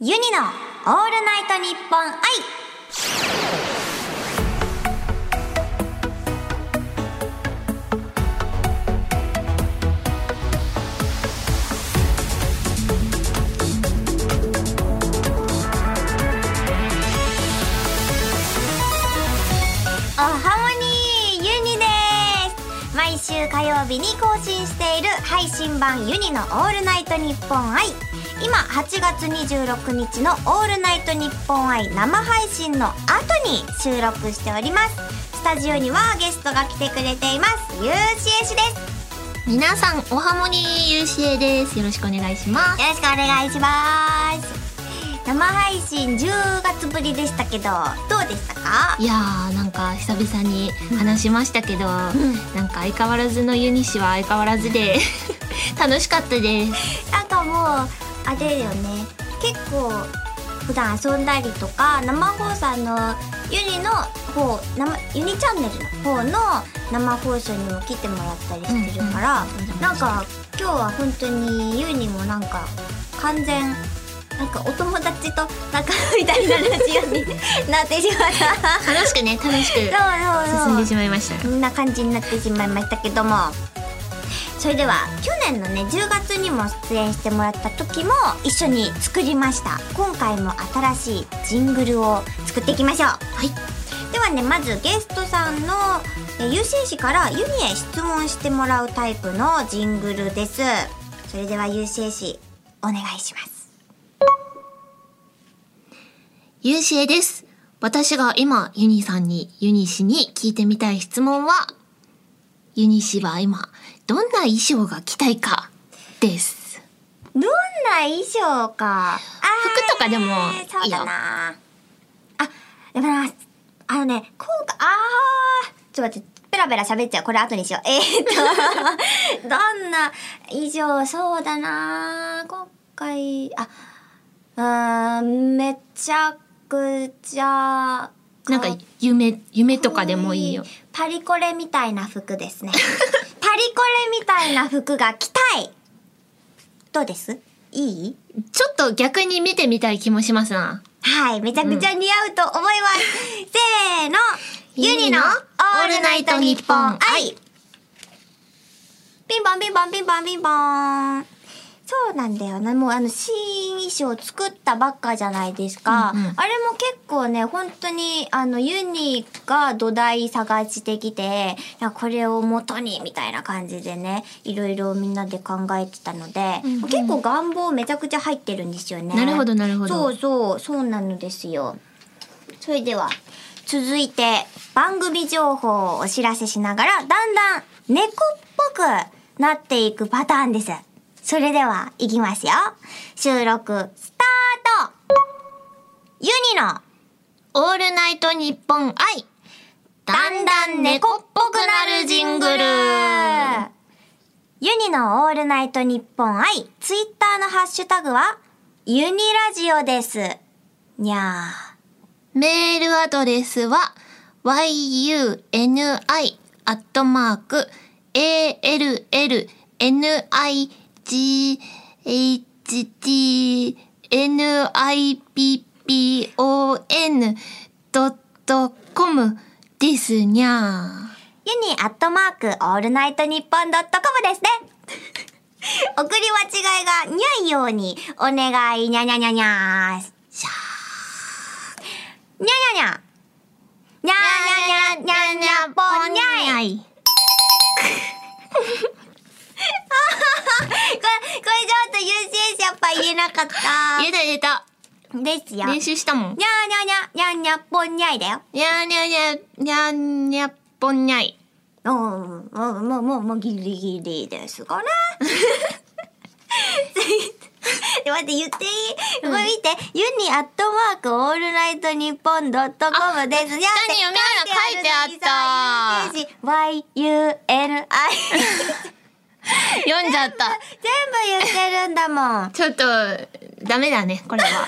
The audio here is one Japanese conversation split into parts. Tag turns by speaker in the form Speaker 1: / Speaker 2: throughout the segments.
Speaker 1: ユニのオールナイトニッポン愛おハモニーユニです毎週火曜日に更新している配信版ユニのオールナイトニッポン愛今8月26日のオールナイトニッポン愛生配信の後に収録しておりますスタジオにはゲストが来てくれていますゆうしえしですよ
Speaker 2: 皆さんおはもにゆうしえですよろしくお願いします
Speaker 1: ろしくお願いします生配信10月ぶりでしたけどどうでしたか
Speaker 2: いやーなんか久々に話しましたけど、なんか相変わらずのユニ氏は相変わらずで 楽しかったです
Speaker 1: なんかもうあれよね結構普段遊んだりとか生放送のユニの方生ユニチャンネルの方の生放送にも来てもらったりしてるから、
Speaker 2: うんうん
Speaker 1: なんか今日は本当にユニもなんか完全なんかお友達と仲みたいなラジオになってしまっ た。
Speaker 2: 楽しくね楽しく
Speaker 1: そうそうそう
Speaker 2: 進んでしまいました
Speaker 1: こんな感じになってしまいましたけどもそれでは去年のね10月にも出演してもらった時も一緒に作りました今回も新しいジングルを作っていきましょうはいではねまずゲストさんのえ優先誌からユニへ質問してもらうタイプのジングルですそれでは優先誌お願いします
Speaker 2: ゆうしえです私が今ユニさんにユニ氏に聞いてみたい質問はユニ氏は今どんな衣装が着たいかです
Speaker 1: どんな衣装か
Speaker 2: 服とかでも
Speaker 1: えーそ
Speaker 2: いういよ
Speaker 1: だなあでもなあのね今回あーちょっと待ってペラペラ喋っちゃうこれ後にしようえー、っと どんな以上そうだな今回あうーんめちゃくちゃ
Speaker 2: なんか夢夢とかでもいいよ
Speaker 1: パリコレみたいな服ですね パリコレみたいな服が着たいどうですいい
Speaker 2: ちょっと逆に見てみたい気もしますな。
Speaker 1: はい、めちゃくちゃ似合うと思います。せーの、ユ
Speaker 2: ユ
Speaker 1: ニ
Speaker 2: ニ
Speaker 1: の
Speaker 2: の
Speaker 1: オ
Speaker 2: オ
Speaker 1: ー
Speaker 2: ー
Speaker 1: ル
Speaker 2: ル
Speaker 1: ナ
Speaker 2: ナ
Speaker 1: イ
Speaker 2: イ
Speaker 1: ト
Speaker 2: ト
Speaker 1: ニ
Speaker 2: ニ
Speaker 1: ッ
Speaker 2: ッ
Speaker 1: ポ
Speaker 2: ポ
Speaker 1: ン
Speaker 2: ン
Speaker 1: 愛。ピンポンピンポンピンポンピンポン。そうなんだよね。もうあの新衣装作ったばっかじゃないですか。
Speaker 2: うんうん
Speaker 1: あれも結構ね、本当にあのユニが土台探してきて、なんかこれを元にみたいな感じでね、いろいろみんなで考えてたので、
Speaker 2: うんうん
Speaker 1: 結構願望めちゃくちゃ入ってるんですよね。
Speaker 2: なるほどなるほど
Speaker 1: そうそうそうなのですよそれでは続いて番組情報をお知らせしながらだんだん猫っぽくなっていくパターンですそれではいきますよ収録スタートユニの
Speaker 2: オールナイトニッポン愛。
Speaker 1: だんだん猫っぽくなるジングルユニのオールナイトニッポン愛ツイッターのハッシュタグはユニラジオですにゃー
Speaker 2: メールアドレスは yuni.allnighttnippon.com ですにゃー。
Speaker 1: ユニアットマークオールナイトニッポンドットコムですね。送り間違いがにゃいようにお願いにゃにゃにゃにゃーす。にゃにゃにゃ。にゃにゃにゃにゃにゃぽんにゃい。
Speaker 2: い。
Speaker 1: これ、これちょっと優先者やっぱ言えなかった。
Speaker 2: 言えた言えた。
Speaker 1: ですよ。にゃ
Speaker 2: 練習したもん。
Speaker 1: にゃにゃにゃにゃぽんにゃいだよ。
Speaker 2: にゃーにゃーにゃーにゃーにゃーぽんにゃい。
Speaker 1: うん、もう、もう、もう、もうギリギリですかね。 待って、言っていい、これ見て、ユニアットマークオールナイトニッポンドットコムです。下に
Speaker 2: 下に読めないの書いて
Speaker 1: あった。YUNI。
Speaker 2: 読んじゃった。
Speaker 1: 全部言ってるんだもん。
Speaker 2: ちょっと、ダメだね、これは。やっ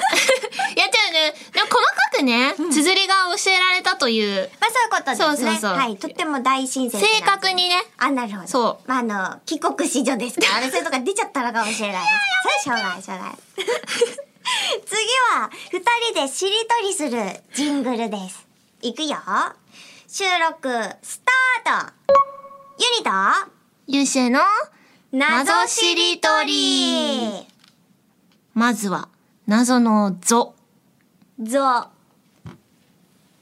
Speaker 2: ちゃうね。でも細かくね、綴りが教えられたという、
Speaker 1: まあそういうことですね。
Speaker 2: そうそうそう
Speaker 1: はい、とっても大親切な
Speaker 2: 正確にね、
Speaker 1: あ、なるほど。
Speaker 2: そう
Speaker 1: まあ、あの、帰国子 女ですから、あれ、それとか出ちゃったらかもしれない。それしょうがない、しょうがない。次人でしりとりするジングルです。いくよ。収録、スタートユニと、
Speaker 2: ゆうしえの、
Speaker 1: 謎
Speaker 2: 謎
Speaker 1: し
Speaker 2: し
Speaker 1: り
Speaker 2: り
Speaker 1: と
Speaker 2: と
Speaker 1: り
Speaker 2: りまずは、謎のゾ。
Speaker 1: ゾ、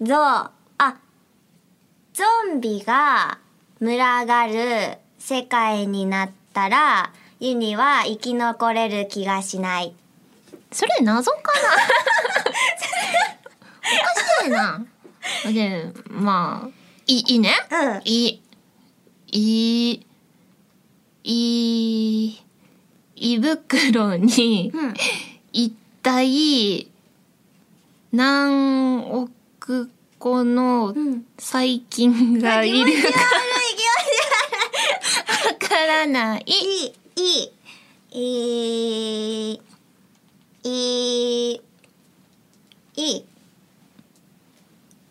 Speaker 1: ゾ、あ、ゾンビが群がる世界になったら、ユニは生き残れる気がしない。
Speaker 2: それ謎かなおかしいな。で、まあ、いい、いいね。
Speaker 1: うん
Speaker 2: いい、いい、い、胃袋に、
Speaker 1: うん。
Speaker 2: 一体、何億個の
Speaker 1: ん
Speaker 2: 細菌がいる
Speaker 1: 気持ち悪い、気持ち
Speaker 2: かわからない。
Speaker 1: いい、いい、いい、いい。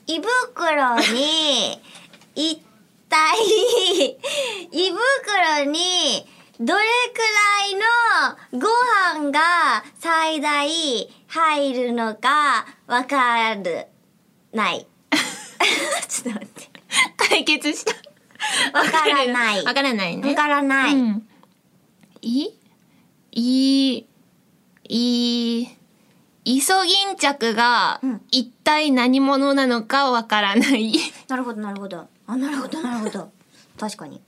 Speaker 1: 胃袋に、一体、胃袋に、どれくらいのご飯が最大入るのかわからない。ちょっと待って。
Speaker 2: 解決した。
Speaker 1: わからない。
Speaker 2: わからないね。
Speaker 1: わからない。
Speaker 2: うん、いいいいイソギンチャクが
Speaker 1: うん
Speaker 2: 一体何者なのかわからない。
Speaker 1: なるほどなるほどあなるほどなるほど確かに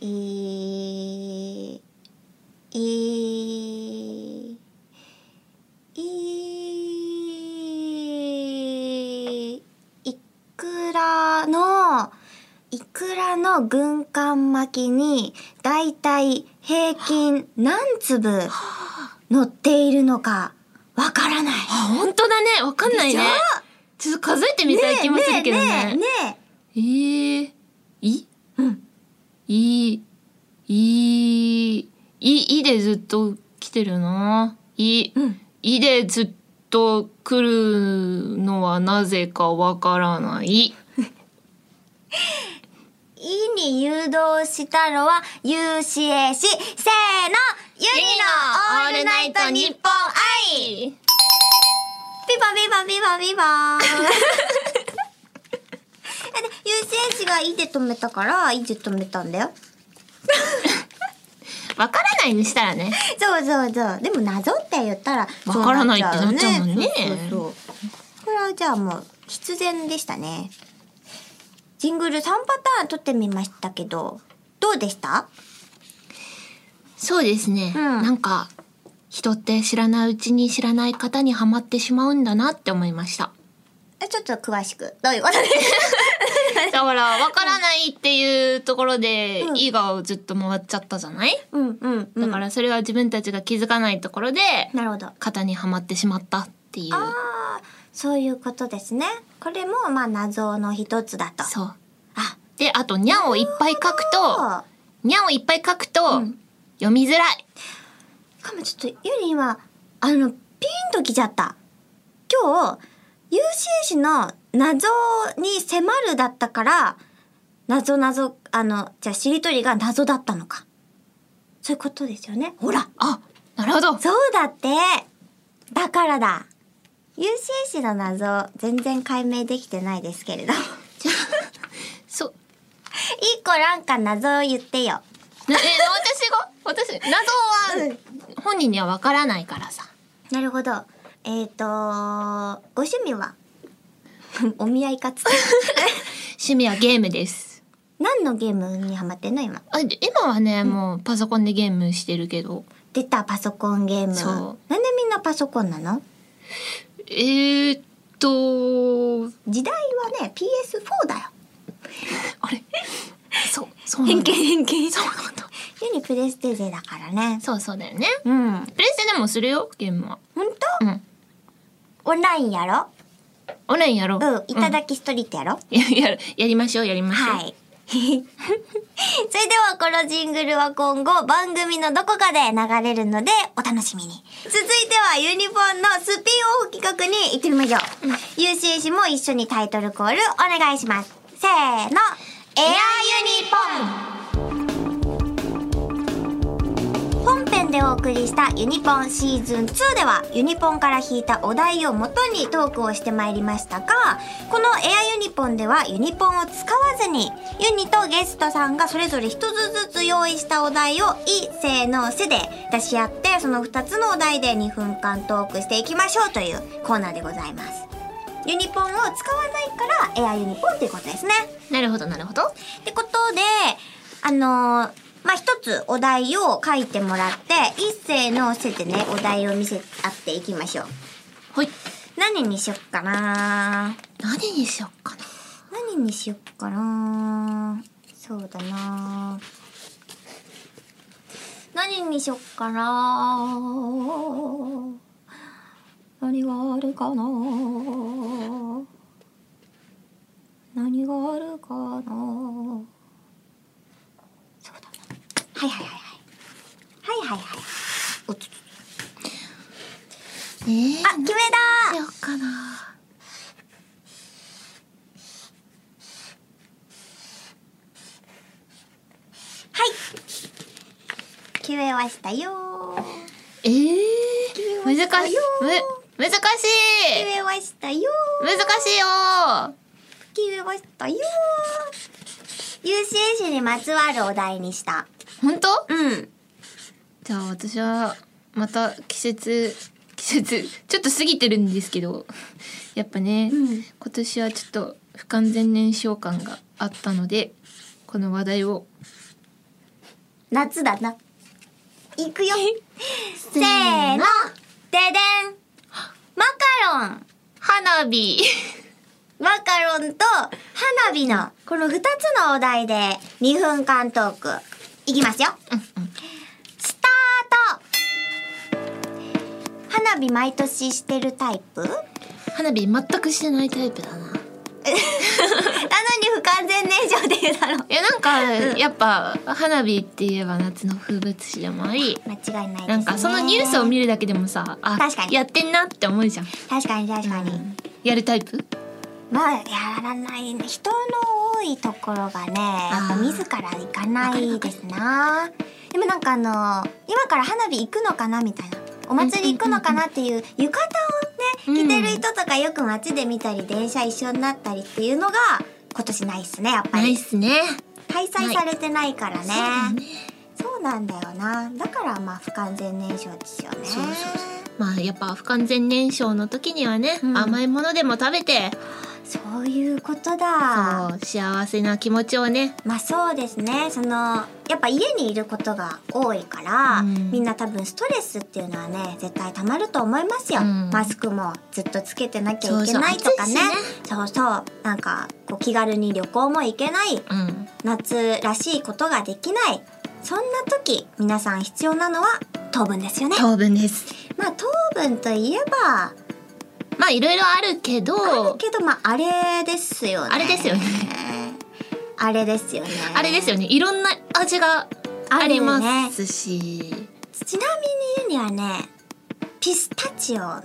Speaker 1: いいいいいいいくらのいくらの軍艦巻きにだいたい平均何粒乗っているのかわからない。
Speaker 2: あ、本当だね。わかんないね
Speaker 1: でし。
Speaker 2: ちょっと数えてみ
Speaker 1: ね
Speaker 2: たい
Speaker 1: え
Speaker 2: 気もするけどね。
Speaker 1: ねえねえ
Speaker 2: えー、い
Speaker 1: うん
Speaker 2: いいいいいいでずっと来てるな。い、
Speaker 1: うん
Speaker 2: いでずっと来るのはなぜかわからない。
Speaker 1: いに誘導したのは UCAC せーのユ
Speaker 2: ユ
Speaker 1: ニのオールナイトニッポン愛
Speaker 2: イ
Speaker 1: ピバピバピバピ バーン UCAC が「い」で止めたから「い」で止めたんだよ
Speaker 2: わからないにしたらね。
Speaker 1: そうそうそうでも謎って言ったら
Speaker 2: わからないってなっちゃうもんね
Speaker 1: そうそうそうこれはじゃあもう必然でしたねジングル3パターン撮ってみましたけどどうでした
Speaker 2: そうですね。
Speaker 1: うん
Speaker 2: なんか、人って知らないうちに知らない方にはまってしまうんだなって思いました。
Speaker 1: えちょっと詳しくどういうことですか
Speaker 2: だから、わからないっていうところで
Speaker 1: う、ん
Speaker 2: いがをずっと回っちゃったじゃない
Speaker 1: うんうん、うん、
Speaker 2: だから、それは自分たちが気づかないところで、
Speaker 1: なるほど
Speaker 2: 型にはまってしまったっていう。
Speaker 1: あーそういうことですねこれもまあ謎の一つだと
Speaker 2: そう。
Speaker 1: あ
Speaker 2: で、あと、にゃをいっぱい書くと、
Speaker 1: あ
Speaker 2: にゃをいっぱい書くと、読みづらい。
Speaker 1: しかもちょっとゆりはあのピンときちゃった今日 UCA 氏の謎に迫るだったから謎謎あのじゃあしりとりが謎だったのかそういうことですよねほら
Speaker 2: あ、なるほど。
Speaker 1: そうだってだからだ UCA 氏の謎全然解明できてないですけれども
Speaker 2: そう。
Speaker 1: 一個なんか謎を言ってよ
Speaker 2: なえ、私が私、謎は、本人にはわからないからさ。
Speaker 1: なるほど。えっ、とご趣味は お見合い活 動
Speaker 2: 趣味はゲームです。
Speaker 1: 何のゲームにハマってんの今。
Speaker 2: あで今はね、もうパソコンでゲームしてるけど。
Speaker 1: 出たパソコンゲーム。
Speaker 2: そう
Speaker 1: なんでみんなパソコンなの
Speaker 2: えー、っと、
Speaker 1: 時代はね PS4 だよ。
Speaker 2: あれそう、そうな
Speaker 1: 偏
Speaker 2: んだ
Speaker 1: 見偏見。 そうなんだ。ユニプレステ勢だからね。
Speaker 2: そうそうだよね。
Speaker 1: うん。ほん
Speaker 2: プレステでもするよ、ゲームは。
Speaker 1: と
Speaker 2: うん。
Speaker 1: オンラインやろ
Speaker 2: オンラインやろう。
Speaker 1: うん。いただきストリートやろ、
Speaker 2: いややるやりましょう、やりましょう。
Speaker 1: はい。 それではこのジングルは今後番組のどこかで流れるのでお楽しみに。続いてはユニフォンのスピンオフ企画に行ってみましょう。UCC も一緒にタイトルコールお願いします。せーの。エアユニフォン本編間でお送りしたユニポンシーズン2ではユニポンから引いたお題を元にトークをしてまいりましたがこのエアユニポンではユニポンを使わずにユニとゲストさんがそれぞれ一つずつ用意したお題を「い」「せーの「せ」で出し合ってその2つのお題で2分間トークしていきましょうというコーナーでございますユニポンを使わないからエアユニポンっていうことですね
Speaker 2: なるほどなるほど
Speaker 1: ってことで、あのーまあ、一つお題を書いてもらって、一斉のせてね、お題を見せ合っていきましょう。
Speaker 2: はい
Speaker 1: 何にしよっかな
Speaker 2: 何にしよっかな
Speaker 1: 何にしよっかなそうだな何にしよっかな何があるかな何があるかなそうだなはいはいはいはいはいはいはいおっとっと
Speaker 2: えー、
Speaker 1: あ決めた
Speaker 2: 何しよっかな
Speaker 1: はい決めましたよー
Speaker 2: えー、
Speaker 1: 決めました
Speaker 2: 難しい
Speaker 1: よ
Speaker 2: む難しい
Speaker 1: 決めましたよー
Speaker 2: 難しいよ
Speaker 1: 決めましたよー UCS にまつわるお題にした
Speaker 2: 本当
Speaker 1: うん
Speaker 2: じゃあ私はまた季節季節ちょっと過ぎてるんですけどやっぱね、
Speaker 1: うん
Speaker 2: 今年はちょっと不完全燃焼感があったのでこの話題を
Speaker 1: 夏だな行くよせ
Speaker 2: ーの
Speaker 1: ーのででんマカロン
Speaker 2: 花 火
Speaker 1: マカロンと花火のこの2つのお題で2分間トークいきますよ、スタート花火毎年してるタイ プなのに
Speaker 2: 花火全くしてないタイプだな
Speaker 1: 不完全燃焼で言うだろう
Speaker 2: いやなんか、やっぱ花火って言えば夏の風物詩でもあり
Speaker 1: 間違いないですね
Speaker 2: なんかそのニュースを見るだけでもさあ
Speaker 1: 確かに
Speaker 2: やってんなって思うじゃん、
Speaker 1: 確かに確かに、
Speaker 2: やるタイプ
Speaker 1: まあやらないね人の多いところがねやっぱ
Speaker 2: あー
Speaker 1: 自ら行かないですなでもなんかあの今から花火行くのかなみたいなお祭り行くのかなっていう浴衣をね着てる人とかよく街で見たり電車一緒になったりっていうのが今年ないっすねやっぱ
Speaker 2: ないっ
Speaker 1: り
Speaker 2: すね
Speaker 1: 開催されてないからね
Speaker 2: だね
Speaker 1: そうなんだよなだからまあ不完全燃焼ですよね
Speaker 2: そうそうそうまあやっぱ不完全燃焼の時にはね、
Speaker 1: うん
Speaker 2: 甘いものでも食べて
Speaker 1: そういうことだ
Speaker 2: そう幸せな気持ちをね
Speaker 1: まあそうですねそのやっぱ家にいることが多いから、
Speaker 2: うん
Speaker 1: みんな多分ストレスっていうのはね絶対たまると思いますよ、
Speaker 2: うん
Speaker 1: マスクもずっとつけてなきゃいけない
Speaker 2: そうそう
Speaker 1: とかね
Speaker 2: 暑
Speaker 1: そうそうなんかこう気軽に旅行も行けない
Speaker 2: うん
Speaker 1: 夏らしいことができないそんな時皆さん必要なのは糖分ですよね
Speaker 2: 当分です
Speaker 1: まあ糖分といえば
Speaker 2: まあいろいろあるけど
Speaker 1: あるけどまああれですよね
Speaker 2: あれですよね
Speaker 1: あれですよね
Speaker 2: あれですよねいろんな味がありますし
Speaker 1: ちなみにユニはねピスタチオのが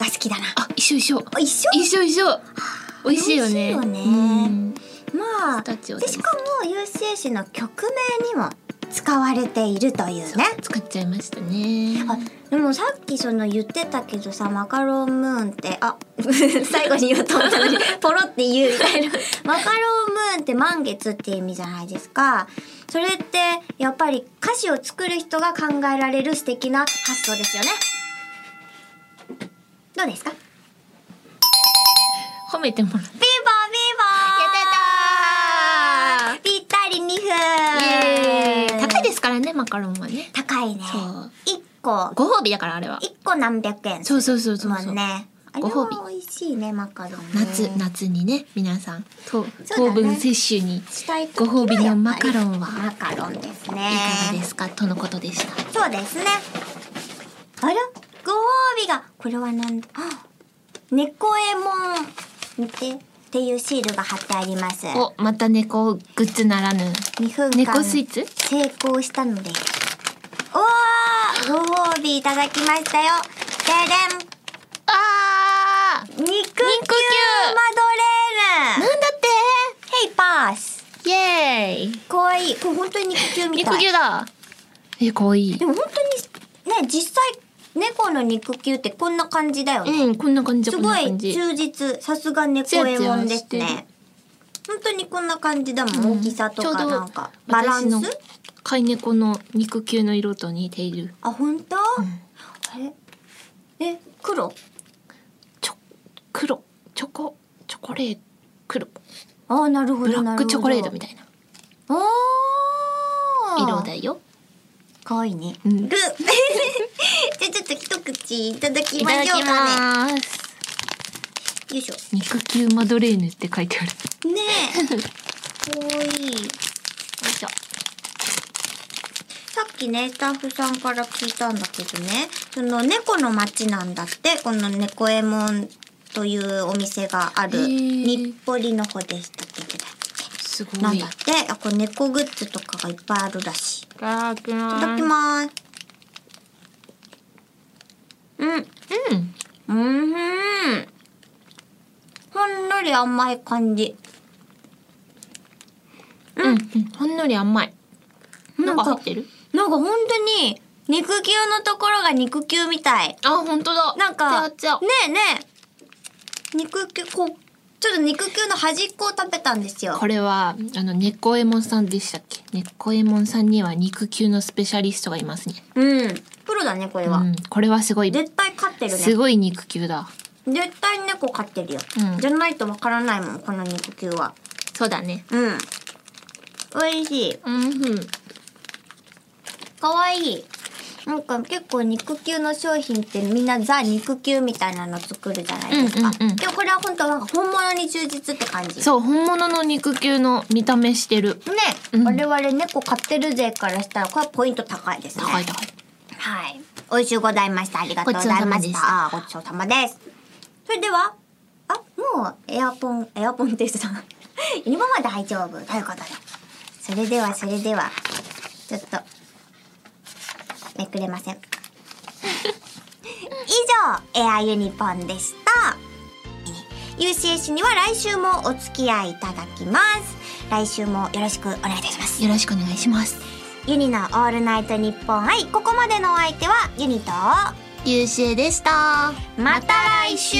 Speaker 1: 好きだな
Speaker 2: あ一緒一緒
Speaker 1: 一緒
Speaker 2: 一緒一緒美味しいよね
Speaker 1: 美味しいよね
Speaker 2: うん
Speaker 1: まあ
Speaker 2: ピスタチオ
Speaker 1: で
Speaker 2: です
Speaker 1: しかも UCA 氏の曲名にも使われているというね
Speaker 2: 作っちゃいましたね
Speaker 1: あでもさっきその言ってたけどさマカロンムーンってあ 最後に言おうと思ったの にポロって言うみたいなマカロンムーンって満月っていう意味じゃないですかそれってやっぱり歌詞を作る人が考えられる素敵な発想ですよねどうですか
Speaker 2: 褒めてもらった
Speaker 1: ピンポンピンポン
Speaker 2: や
Speaker 1: やぴったり2
Speaker 2: イエー
Speaker 1: 分
Speaker 2: イ高いですからねマカロンはね
Speaker 1: 高いね
Speaker 2: そう
Speaker 1: 1個
Speaker 2: ご褒美だからあれは
Speaker 1: 一個何百円
Speaker 2: そうそうそうそう
Speaker 1: も
Speaker 2: そうん
Speaker 1: ねあれ
Speaker 2: ご褒美
Speaker 1: は美味しいねマカロンね
Speaker 2: 夏夏にね皆さんと
Speaker 1: そうだ
Speaker 2: 糖
Speaker 1: ね
Speaker 2: 分摂取にい
Speaker 1: したい時
Speaker 2: ご褒美のマカロンは
Speaker 1: やっぱりマカロンですね
Speaker 2: かがですかとのことでした
Speaker 1: そうですねあらご褒美がこれはなんだあ猫えもん見てっていうシールが貼ってあります
Speaker 2: おまた猫グッズならぬ
Speaker 1: 2分間
Speaker 2: 猫スイーツ
Speaker 1: 成功したのでおーご褒美いただきましたよで
Speaker 2: あー
Speaker 1: でん肉球マド
Speaker 2: 球
Speaker 1: レーヌ
Speaker 2: なんだっ
Speaker 1: ヘイパース
Speaker 2: てイエーイ
Speaker 1: かわいいこれ本当に肉球みたい
Speaker 2: 肉球だえ可愛い
Speaker 1: でも本当にね、実際、猫の肉球ってこんな感じだよね。
Speaker 2: うん、こんな感じ、
Speaker 1: す
Speaker 2: こん
Speaker 1: ご
Speaker 2: ない感じ。
Speaker 1: 忠実。さすが猫えもんです
Speaker 2: ツヤツヤして
Speaker 1: ね
Speaker 2: る。
Speaker 1: 本当にこんな感じだもん。
Speaker 2: うん
Speaker 1: 大きさと
Speaker 2: ちょう
Speaker 1: か
Speaker 2: ど
Speaker 1: なんか、バラン
Speaker 2: 私の
Speaker 1: ス
Speaker 2: 飼い猫の肉球の色と似ている。
Speaker 1: あ、本当、あれえ、黒
Speaker 2: ちょ、黒、チョコ、チョコレート、黒、
Speaker 1: あー、なるほど。
Speaker 2: ブラックチョコレートみ
Speaker 1: たい
Speaker 2: たいな
Speaker 1: なるほど。おー
Speaker 2: 色だよ。
Speaker 1: 可愛いね。
Speaker 2: うん
Speaker 1: る。じゃ あちょっと一口いただき
Speaker 2: い
Speaker 1: ま
Speaker 2: ただ
Speaker 1: しょう
Speaker 2: き
Speaker 1: かね。
Speaker 2: ます。
Speaker 1: よいしょ。
Speaker 2: 肉球マドレーヌって書いてある。
Speaker 1: ね え。かわいい。
Speaker 2: よいしょ。
Speaker 1: さっきね、スタッフさんから聞いたんだけどね、その猫の街なんだって、この猫えもんというお店がある、
Speaker 2: へー
Speaker 1: 日暮里の方でしたけれ
Speaker 2: すご
Speaker 1: ど。
Speaker 2: い。
Speaker 1: なんだって、あ、これ猫グッズとかがいっぱいあるらしい。い
Speaker 2: いただきます。
Speaker 1: ただきまーす。うん。
Speaker 2: うん。
Speaker 1: うーん。ほんのり甘い感じ。
Speaker 2: うんうん。ほんのり甘い。なんか入ってる
Speaker 1: なんかほんとに、肉球のところが肉球みたい。
Speaker 2: あ、ほんとだ。
Speaker 1: なんか、ね
Speaker 2: ちゃちゃ。
Speaker 1: えねえ。肉球、こう、ちょっと肉球の端っこを食べたんですよ。
Speaker 2: これは、あの、猫えもんさんでしたっけ猫えもんさんには肉球のスペシャリストがいますね。
Speaker 1: うん。プロだね、これ
Speaker 2: う
Speaker 1: は。
Speaker 2: ん。これはすごい、
Speaker 1: 絶対飼ってるね。
Speaker 2: すごい肉球だ。
Speaker 1: 絶対猫飼ってるよ。
Speaker 2: うん
Speaker 1: じゃないとわからないもん、この肉球は。
Speaker 2: そうだね。
Speaker 1: うん。美味しい。
Speaker 2: うん、うん。
Speaker 1: かわいい。なんか結構肉球の商品ってみんなザ肉球みたいなの作るじゃないですか。
Speaker 2: うんうんうん
Speaker 1: でもこれは本当なんか本物に忠実って感じ。
Speaker 2: そう、本物の肉球の見た目してる。
Speaker 1: ね、
Speaker 2: うん
Speaker 1: 我々猫飼ってる勢からしたらこれはポイント高いですね。
Speaker 2: 高い高い。
Speaker 1: はい。美味しゅうございました。ありがとうございました。あーごちそうさまです。それでは、あ、もうエアポン、エアポンって言ってた。 今まで大丈夫。ということで。それでは、それでは、ちょっと、めくれません。 以上、エアユニポンでした。UCS には来週もお付き合いいただきます。来週もよろしくお願いいたします。
Speaker 2: よろしくお願いします。
Speaker 1: ユニのオールナイトニッポン愛ここまでのお相手はユニと
Speaker 2: ゆうしえでした。
Speaker 1: また来週